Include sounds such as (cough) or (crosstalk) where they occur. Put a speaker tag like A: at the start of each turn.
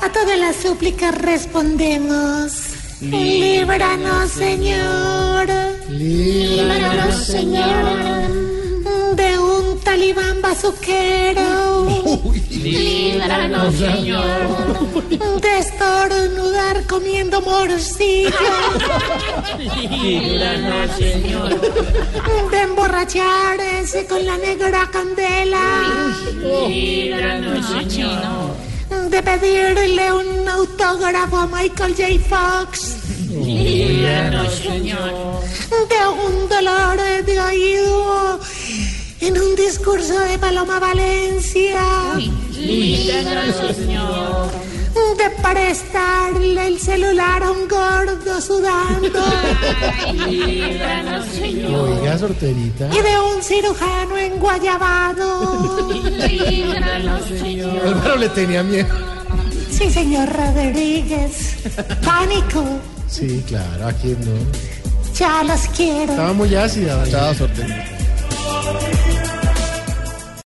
A: A todas las súplicas respondemos. Líbranos, Señor. Líbranos, Señor. De un talibán bazuquero. Líbranos, Señor. De estornudar comiendo morcillo.
B: Líbranos, Señor.
A: De emborracharse con la negra candela.
B: Líbranos, Señor.
A: De pedirle un autógrafo a Michael J. Fox.
B: Líbranos, Señor.
A: de un dolor de oído en un discurso de Paloma Valencia
B: Líbranos, Señor.
A: de prestarle el celular a un gordo sudando
B: Líbranos, Señor.
C: Oiga,
A: (laughs)
C: sorterita.
A: y de un cirujano en Guayabado.
B: Líbranos, Señor.
C: Álvaro le tenía miedo.
A: Sí, señor Rodríguez. Pánico.
C: Sí, claro, aquí no.
A: Ya los quiero.
C: Estaba muy ácida. Chao, sorterita.